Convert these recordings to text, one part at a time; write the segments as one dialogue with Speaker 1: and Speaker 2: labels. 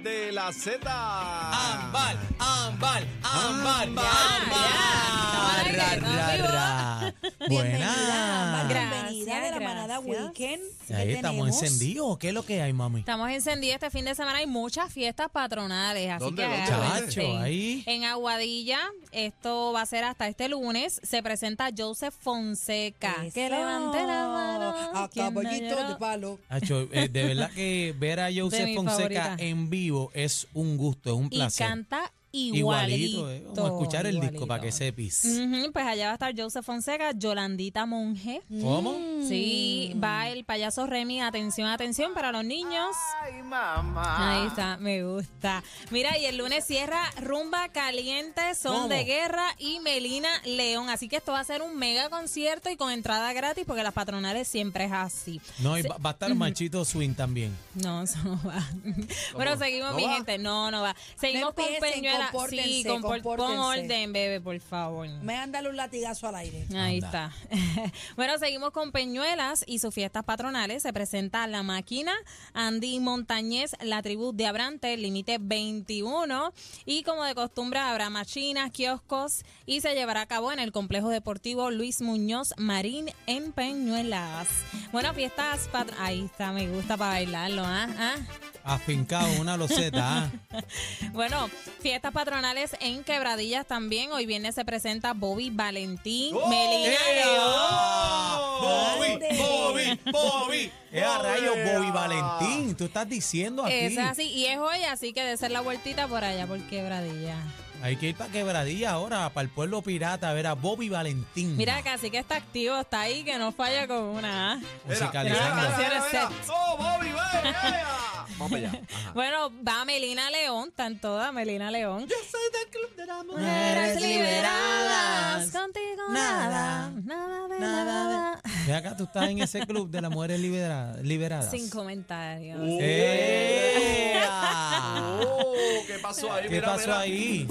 Speaker 1: de la Z.
Speaker 2: Ámbar, ámbar, ámbar,
Speaker 3: ya, ya,
Speaker 2: ámbar.
Speaker 3: estamos
Speaker 2: Ra,
Speaker 3: al
Speaker 2: ra,
Speaker 3: aire,
Speaker 2: ra.
Speaker 4: Bienvenida,
Speaker 2: Buena.
Speaker 4: bienvenida de la
Speaker 3: Gracias,
Speaker 4: manada
Speaker 3: gracias.
Speaker 4: Weekend. que
Speaker 2: Ahí estamos
Speaker 4: tenemos.
Speaker 2: encendidos. ¿Qué es lo que hay, mami?
Speaker 3: Estamos encendidos este fin de semana. Hay muchas fiestas patronales. Así
Speaker 1: ¿Dónde,
Speaker 3: que
Speaker 1: dónde,
Speaker 3: agárrense.
Speaker 2: dónde? Chacho, ahí.
Speaker 3: En Aguadilla, esto va a ser hasta este lunes. Se presenta Joseph Fonseca. Que
Speaker 4: Eso.
Speaker 3: levante la mano.
Speaker 4: A
Speaker 3: ¿Quién no
Speaker 4: caballito de
Speaker 3: lloró?
Speaker 4: palo.
Speaker 2: Acho, eh, de verdad que ver a Joseph
Speaker 3: mi
Speaker 2: Fonseca
Speaker 3: favorita.
Speaker 2: en vivo es un gusto, es un
Speaker 3: Y
Speaker 2: placer.
Speaker 3: canta igualito.
Speaker 2: Igualito, eh. vamos a escuchar el disco para que
Speaker 3: igualito.
Speaker 2: sepis.
Speaker 3: Ujú, pues allá va a estar Joseph Fonseca, Yolandita Monge.
Speaker 2: ¿Cómo?
Speaker 3: Sí, va el payaso Remy. Atención, atención para los niños. Ahí está, me gusta. Mira, y el lunes cierra Rumba Caliente, Son
Speaker 2: ¿Cómo?
Speaker 3: de Guerra y Melina León. Así que esto va a ser un mega concierto y con entrada gratis porque las patronales siempre es así.
Speaker 2: No, y va, va a
Speaker 3: Mm.
Speaker 2: estar Machito Swing también.
Speaker 3: No, eso no va. Bueno, seguimos,
Speaker 1: ¿No
Speaker 3: mi
Speaker 1: va?
Speaker 3: gente. No, no va. Seguimos con
Speaker 4: empiecen,
Speaker 3: Peñuela. Sí,
Speaker 4: compórtense,
Speaker 3: con, por- pon
Speaker 4: compórtense.
Speaker 3: orden, bebé, por favor.
Speaker 4: Me han dado un latigazo al aire.
Speaker 3: Ahí
Speaker 2: Anda.
Speaker 3: está. bueno, seguimos con Peñuelas y sus fiestas patronales. Se presenta La Máquina, Andy Montañez, La Tribu de Abrante, Límite 21. Y como de costumbre, habrá machinas, kioscos y se llevará a cabo en el Complejo Deportivo Luis Muñoz Marín en Peñuelas. Bueno, fiestas patronales. Ahí está, me gusta para bailarlo. ¿ah? ¿Ah?
Speaker 2: Afincado, una loseta. ah.
Speaker 3: Bueno, fiestas patronales en Quebradillas también. Hoy viernes se presenta Bobby Valentín,
Speaker 1: ¡Oh!
Speaker 3: Melina
Speaker 1: ¡Eh!
Speaker 2: ¡Ea!
Speaker 3: León.
Speaker 2: Bobby,
Speaker 4: Ande.
Speaker 2: Bobby, Bobby. ¡Ea, rayos, Bobby Valentín! Tú estás diciendo aquí.
Speaker 3: Es así, y es hoy, así que de ser la vueltita por allá, por quebradilla.
Speaker 2: Hay que ir para Quebradilla ahora, para el pueblo pirata, a ver a Bobby Valentín.
Speaker 1: Mm.
Speaker 3: Mira, casi que está activo, está ahí, que no falla con una. ¿ah?
Speaker 2: musicalizando.
Speaker 3: Mira, mira, mira.
Speaker 1: ¡Oh, Bobby, ve, ea. Vamos allá. Ajá.
Speaker 3: Bueno, va Melina León, tan toda Melina León.
Speaker 1: Yo soy del club de la mujer.
Speaker 2: Mujeres liberadas,
Speaker 3: contigo
Speaker 2: nada,
Speaker 3: nada de
Speaker 2: Nada de- Ve acá, tú estás en ese club de las mujeres libera- liberadas.
Speaker 3: Sin comentarios.
Speaker 2: ¡Ea!
Speaker 1: Oh, ¿Qué pasó ahí?
Speaker 2: Ah. ¿Qué
Speaker 1: Mira,
Speaker 2: pasó
Speaker 1: mira.
Speaker 2: ahí?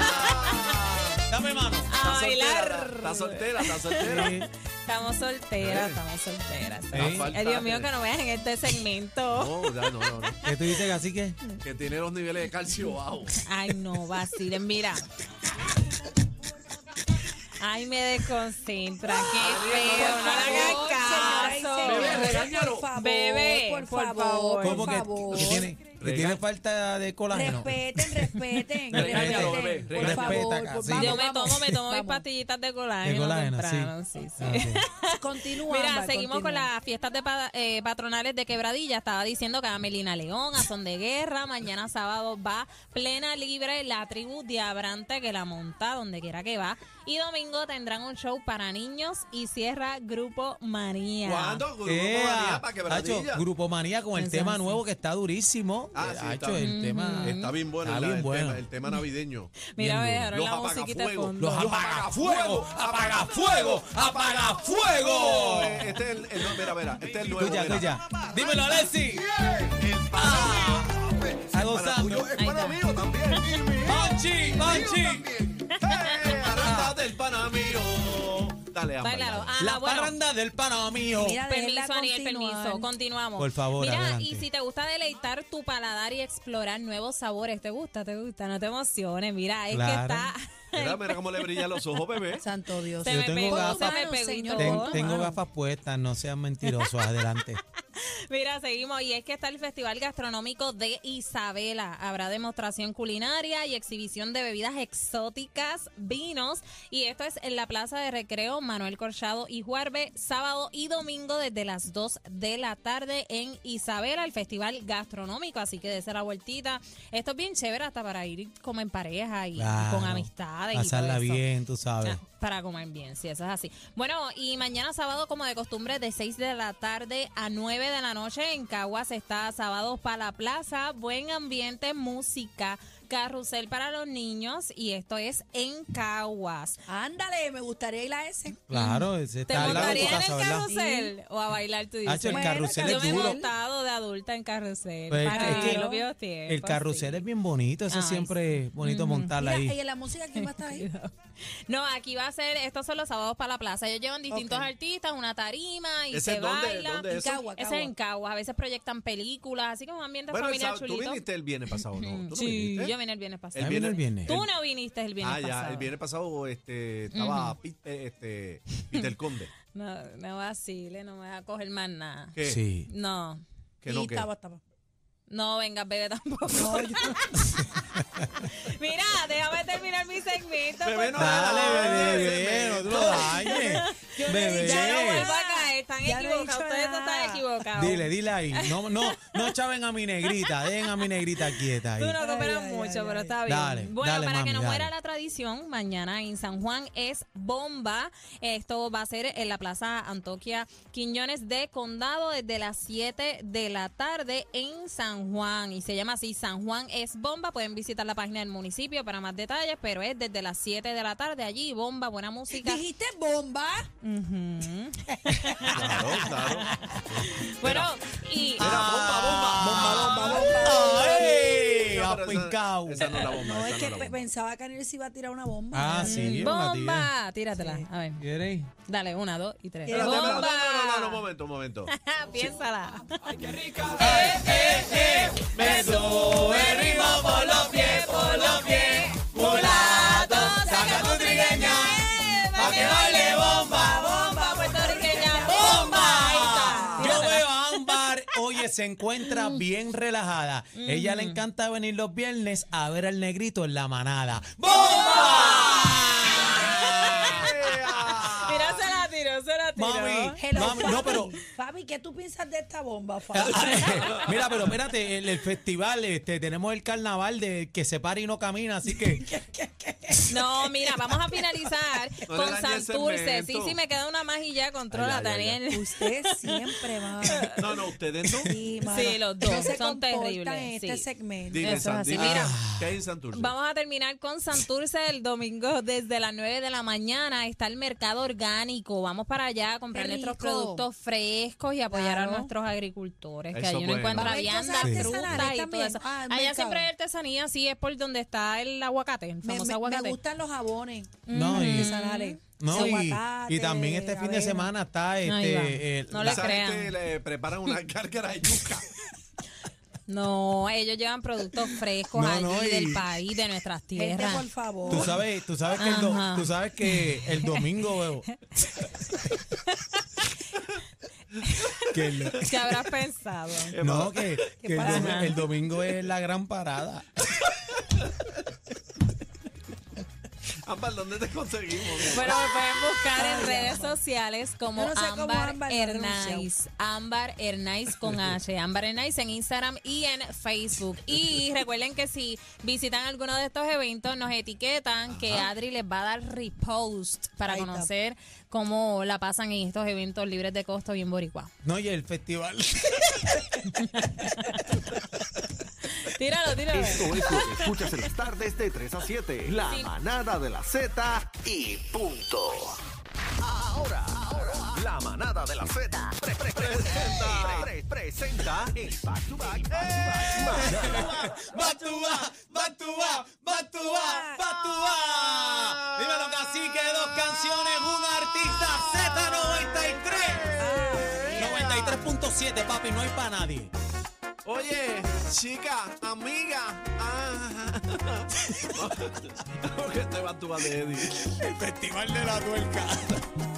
Speaker 1: Ah.
Speaker 2: Dame mano.
Speaker 3: A
Speaker 1: Está soltera,
Speaker 3: bailar.
Speaker 1: Está soltera, está soltera.
Speaker 2: Eh,
Speaker 3: Estamos solteras,
Speaker 1: Eh.
Speaker 3: estamos solteras.
Speaker 2: Eh.
Speaker 3: Ay, Dios mío, que no vean en este segmento.
Speaker 1: No, ya, no, no, no.
Speaker 2: ¿Qué tú dices, así que?
Speaker 1: Que tiene los niveles de calcio bajos.
Speaker 3: Ay, no, vacilen, mira. Ay, me desconcentra, qué feo, no
Speaker 4: Por favor,
Speaker 3: le hagas
Speaker 1: Bebé,
Speaker 3: caso.
Speaker 4: señora y señores,
Speaker 1: regáñalo.
Speaker 4: Por favor,
Speaker 3: Bebé,
Speaker 4: por
Speaker 3: por
Speaker 4: favor,
Speaker 3: favor.
Speaker 4: por
Speaker 2: ¿Cómo que,
Speaker 4: favor.
Speaker 2: que tiene, que tiene falta de colágeno?
Speaker 4: Respeten, respeten.
Speaker 1: Regáñalo, bebé,
Speaker 4: respeten, por
Speaker 2: regáñalo.
Speaker 4: favor,
Speaker 2: Respeta,
Speaker 4: por-
Speaker 2: sí.
Speaker 4: vamos,
Speaker 3: Yo me
Speaker 4: vamos,
Speaker 3: tomo, me tomo mis
Speaker 4: vamos.
Speaker 3: pastillitas de
Speaker 2: De
Speaker 3: colágeno,
Speaker 2: colágeno,
Speaker 3: temprano,
Speaker 2: sí.
Speaker 3: sí, sí.
Speaker 2: Ah, sí.
Speaker 4: Continúa.
Speaker 3: Mira,
Speaker 4: Ámbar,
Speaker 3: seguimos con
Speaker 4: continúa.
Speaker 3: las fiestas de pa- eh, patronales de Quebradilla. Estaba diciendo que va Melina León, a Son de Guerra. Mañana sábado va Plena Libre, la tribu de Abrante que la monta donde quiera que va. Y domingo tendrán un show para niños y cierra Grupo María.
Speaker 1: ¿Cuándo? Grupo
Speaker 2: Ah, Ea,
Speaker 1: María para
Speaker 2: Hacho,
Speaker 1: quebradilla.
Speaker 2: Grupo Manía con el
Speaker 3: Eso
Speaker 2: tema
Speaker 3: es así.
Speaker 2: nuevo que está durísimo.
Speaker 1: Ah, sí,
Speaker 2: Hacho,
Speaker 1: está-
Speaker 2: el tema
Speaker 1: Está bien bueno,
Speaker 2: Está
Speaker 1: ¿verdad?
Speaker 2: bien
Speaker 1: el,
Speaker 2: bueno.
Speaker 1: Tema, el tema navideño.
Speaker 3: Mira,
Speaker 2: bien
Speaker 3: dejaron la musiquita de fondo.
Speaker 2: Los apagafuegos, apagafuegos, apagafuegos.
Speaker 1: Eh, Este es el, el no, mira, mira, este es el nuevo.
Speaker 2: Escucha,
Speaker 1: mira.
Speaker 2: escucha. Dímelo, Alexi.
Speaker 1: El para mí, es
Speaker 2: Está
Speaker 1: para
Speaker 2: gozando.
Speaker 1: tuyo, es
Speaker 3: Ahí
Speaker 1: para
Speaker 3: está.
Speaker 1: mío también. Y mi
Speaker 2: Panchi, Panchi.
Speaker 1: Arrendate el pana mío. Dale, Ámbar,
Speaker 3: Bailalo.
Speaker 1: dale.
Speaker 3: Ah,
Speaker 2: La
Speaker 3: bueno.
Speaker 2: parranda del pana mío.
Speaker 4: Mira, déjenla
Speaker 3: Permiso, Aniel,
Speaker 4: continuar.
Speaker 3: permiso. Continuamos.
Speaker 2: Por favor,
Speaker 3: Mira,
Speaker 2: adelante.
Speaker 3: y si te gusta deleitar tu paladar y explorar nuevos sabores, ¿te gusta? ¿Te gusta? No te emociones. Mira, es que
Speaker 2: Claro.
Speaker 3: está.
Speaker 1: Mira, mira cómo le brillan los ojos, bebé.
Speaker 4: Santo Dios.
Speaker 3: Se
Speaker 2: Yo
Speaker 3: me
Speaker 2: tengo
Speaker 3: pegó,
Speaker 2: gafas.
Speaker 3: se me
Speaker 4: Mano,
Speaker 3: pegó y
Speaker 4: señor,
Speaker 3: todo.
Speaker 2: Ten-
Speaker 4: Toma,
Speaker 2: tengo
Speaker 4: mano.
Speaker 2: gafas puestas, no sean mentirosos. Adelante.
Speaker 3: Mira, seguimos. Y es que está el Festival Gastronómico de Isabela. Habrá demostración culinaria y exhibición de bebidas exóticas, vinos. Y esto es en la Plaza de Recreo Manuel Corchado y Juarbe, sábado y domingo desde las 2 de la tarde en Isabela, el Festival Gastronómico. Así que de la vueltita. Esto es bien chévere hasta para ir como en pareja y, y
Speaker 2: Claro.
Speaker 3: con amistades. y
Speaker 2: Pasarla
Speaker 3: todo eso.
Speaker 2: bien, tú sabes.
Speaker 3: Ah, Para comer bien, si eso es así. Bueno, y mañana sábado, como de costumbre, de 6 de la tarde a 9 de la noche en Caguas está Sábados para la Plaza. Buen ambiente, música, Carrusel para los niños y esto es en Caguas.
Speaker 4: Ándale, me gustaría ir a ese.
Speaker 2: Claro, ese
Speaker 3: Mm. ¿Te
Speaker 2: está al lado de tu
Speaker 3: montaría en el
Speaker 2: casa, ¿verdad?
Speaker 3: carrusel o a bailar tú dices?
Speaker 2: Hacho, el
Speaker 4: Bueno,
Speaker 2: carrusel
Speaker 3: Yo
Speaker 2: es
Speaker 3: me he
Speaker 2: duro.
Speaker 3: montado de adulta en carrusel.
Speaker 2: Pues,
Speaker 3: para
Speaker 2: es
Speaker 3: vivir
Speaker 2: que
Speaker 3: los viejos tiempos,
Speaker 2: El carrusel
Speaker 3: Pues sí.
Speaker 2: es bien bonito, eso
Speaker 3: Ay,
Speaker 2: siempre es bonito montarla ahí.
Speaker 4: Mira, ella, la música que va a estar ahí.
Speaker 3: No, aquí va a ser, estos son los sábados para la plaza. Ellos llevan distintos
Speaker 4: Ok.
Speaker 3: artistas, una tarima y
Speaker 1: ¿Ese
Speaker 3: se
Speaker 1: es dónde?
Speaker 3: baila.
Speaker 1: ¿Dónde es?
Speaker 4: En Cagua,
Speaker 3: Ese
Speaker 4: Cagua.
Speaker 3: es en Caguas, a veces proyectan películas, así como un ambiente
Speaker 1: Bueno, el
Speaker 3: familiar
Speaker 1: sábado- tú
Speaker 3: chulito.
Speaker 1: viniste el viernes pasado, ¿no? ¿Tú no
Speaker 3: sí,
Speaker 1: viniste?
Speaker 3: yo vine el viernes pasado.
Speaker 2: Ah, vino el viernes.
Speaker 3: Tú no viniste el viernes
Speaker 1: ah,
Speaker 3: pasado.
Speaker 1: ya, el viernes pasado este, estaba Peter, este, Peter Conde.
Speaker 3: No, no vacile, no me vas a coger más nada.
Speaker 1: ¿Qué?
Speaker 2: Sí.
Speaker 3: No,
Speaker 1: Que
Speaker 4: y
Speaker 1: no, que.
Speaker 4: estaba, estaba.
Speaker 3: no vengas, bebé, tampoco. Mira, déjame terminar mi segmento.
Speaker 1: Bebé,
Speaker 3: por
Speaker 1: no,
Speaker 3: favor.
Speaker 2: Dale,
Speaker 1: Ay,
Speaker 2: bebé,
Speaker 1: bebé.
Speaker 2: bebé, no te lo dañes.
Speaker 4: Yo no he dicho
Speaker 3: Ya no
Speaker 2: Bebé.
Speaker 4: Eh.
Speaker 3: vuelvo a caer, están
Speaker 4: Ya no he
Speaker 3: equivocados.
Speaker 4: dicho
Speaker 3: Ustedes no
Speaker 4: nada.
Speaker 3: están equivocados.
Speaker 2: Dile, dile ahí. No, no, no chaven a mi negrita, dejen a mi negrita quieta ahí.
Speaker 3: Tú no
Speaker 4: Ay,
Speaker 3: cooperas
Speaker 4: ay,
Speaker 3: mucho,
Speaker 4: ay,
Speaker 3: pero
Speaker 4: ay.
Speaker 3: está bien.
Speaker 2: Dale,
Speaker 3: bueno,
Speaker 2: dale,
Speaker 3: para que
Speaker 2: mami,
Speaker 3: no
Speaker 2: dale.
Speaker 3: muera la tradición, mañana en San Juan es bomba. Esto va a ser en la Plaza Antoquia Quiñones de Condado desde las 7 de la tarde en San Juan. Y se llama así, San Juan es bomba. Pueden visitar la página del municipio para más detalles, pero es desde las 7 de la tarde allí. Bomba, buena música.
Speaker 4: Dijiste bomba.
Speaker 3: Ujú.
Speaker 1: Claro, claro.
Speaker 3: Bueno, y...
Speaker 1: Era bomba, bomba, bomba, bomba.
Speaker 4: Bomba, bomba.
Speaker 2: ¡Ay!
Speaker 1: No, pero
Speaker 2: Apincao.
Speaker 1: Esa, esa no es la bomba.
Speaker 4: No,
Speaker 1: esa
Speaker 4: es que
Speaker 1: no es la
Speaker 4: pe-
Speaker 1: bomba.
Speaker 4: pensaba que Aniel se iba a tirar una bomba.
Speaker 2: Ah, sí, una tira.
Speaker 3: Mm, Bomba, tíratela. A ver,
Speaker 2: ¿Quieres?
Speaker 3: dale, una, dos y tres.
Speaker 1: Espérate, espérate,
Speaker 3: Bomba.
Speaker 1: No, no, no, no, un momento, un momento.
Speaker 3: Piénsala.
Speaker 2: Me sube ritmo por los pies, por los pies. Mulato, saca tu trigueña.
Speaker 3: Eh,
Speaker 2: Pa' que baile bomba,
Speaker 3: bomba puertorriqueña,
Speaker 2: ¡Bomba! Yo veo a Ámbar, oye, se encuentra bien relajada. Ella le encanta venir los viernes a ver al negrito en la manada. ¡Bomba!
Speaker 3: Mira, se la tiró, se la tiró.
Speaker 2: Mami.
Speaker 4: Hello,
Speaker 2: Mami,
Speaker 4: Fabi.
Speaker 2: no, pero-
Speaker 4: Fabi, ¿qué tú piensas de esta bomba, Fabi?
Speaker 2: Mira, pero espérate, el, el festival, este, tenemos el carnaval de que se para y no camina, así que
Speaker 3: No, mira, vamos a finalizar
Speaker 1: No le
Speaker 3: con
Speaker 1: dañes el
Speaker 3: Santurce. Sí,
Speaker 1: segmento.
Speaker 3: sí, me queda una más y ya, controla,
Speaker 1: Ay, ay, ay, ay.
Speaker 3: Daniel.
Speaker 4: Usted siempre va.
Speaker 1: No, no, ustedes no.
Speaker 4: Sí, mano.
Speaker 3: Sí, los dos,
Speaker 4: No se
Speaker 3: son
Speaker 4: comportan
Speaker 3: terribles,
Speaker 4: en este
Speaker 3: sí.
Speaker 4: segmento.
Speaker 3: Eso
Speaker 1: Dime,
Speaker 3: es
Speaker 1: San,
Speaker 3: así.
Speaker 1: dime,
Speaker 3: Mira.
Speaker 1: ¿Qué hay en Santurce?
Speaker 3: Vamos a terminar con Santurce el domingo desde las 9 de la mañana. Está el mercado orgánico. Vamos para allá a comprar
Speaker 4: Qué
Speaker 3: nuestros
Speaker 4: rico.
Speaker 3: productos frescos y apoyar a
Speaker 4: Claro.
Speaker 3: nuestros agricultores. Que
Speaker 1: Eso
Speaker 3: allí uno
Speaker 1: bueno.
Speaker 3: encuentra
Speaker 4: Hay cosas
Speaker 3: vianda,
Speaker 4: artesanales
Speaker 3: fruta y todo
Speaker 4: también.
Speaker 3: eso.
Speaker 4: Ah, el
Speaker 3: allá
Speaker 4: mercado.
Speaker 3: siempre hay artesanía, sí, es por donde está el aguacate, el
Speaker 4: Me,
Speaker 3: famoso
Speaker 4: me- me
Speaker 3: aguacate.
Speaker 4: gustan los jabones
Speaker 2: no, y-
Speaker 4: artesanales.
Speaker 2: No, y,
Speaker 4: Aguacate,
Speaker 2: y también este fin de
Speaker 4: avena.
Speaker 2: semana está
Speaker 3: Ahí va.
Speaker 2: este el-
Speaker 3: No le
Speaker 2: la-
Speaker 1: ¿Sabes
Speaker 3: crean.
Speaker 1: que le preparan una cárcara de yuca?
Speaker 3: No, ellos llevan productos frescos
Speaker 2: No,
Speaker 3: allí
Speaker 2: no, y-
Speaker 3: del país, de nuestras
Speaker 4: Gente,
Speaker 3: tierras.
Speaker 4: por favor.
Speaker 2: tú sabes, tú sabes que el do-
Speaker 3: Ajá.
Speaker 2: tú sabes que el domingo veo. que el-
Speaker 3: ¿Qué habrás pensado?
Speaker 2: no, que, que el,
Speaker 4: pasa?
Speaker 2: domi- el domingo es la gran parada.
Speaker 1: Ámbar, ¿dónde te conseguimos? mi amor?
Speaker 3: Bueno, me pueden buscar en redes sociales como
Speaker 4: Yo no sé cómo
Speaker 3: Ámbar
Speaker 4: Ámbar lo
Speaker 3: Hernáiz.
Speaker 4: anuncia.
Speaker 3: Ámbar Hernáiz con H. Ámbar Hernáiz en Instagram y en Facebook. Y recuerden que si visitan alguno de estos eventos, nos etiquetan que Adri les va a dar repost para
Speaker 4: Ahí está.
Speaker 3: conocer cómo la pasan en estos eventos libres de costo bien boricua.
Speaker 2: No, y el festival.
Speaker 3: Tíralo, tíralo.
Speaker 5: Esto es lo que escuchas en las tardes de 3 a 7. La
Speaker 3: Sí.
Speaker 5: manada de la Z y punto. Ahora, ahora, la manada de la Z pre- pre- presenta, pre- presenta el back to back. back to back.
Speaker 2: Batúa, Batúa, Batúa, Batúa. Dímelo, cacique, dos canciones, un
Speaker 1: Ah.
Speaker 2: artista Z93. 93.7, papi, no hay para nadie.
Speaker 1: Oye, chica, amiga. Ah. Porque este va a de Eddie.
Speaker 2: El Festival de la Tuerca.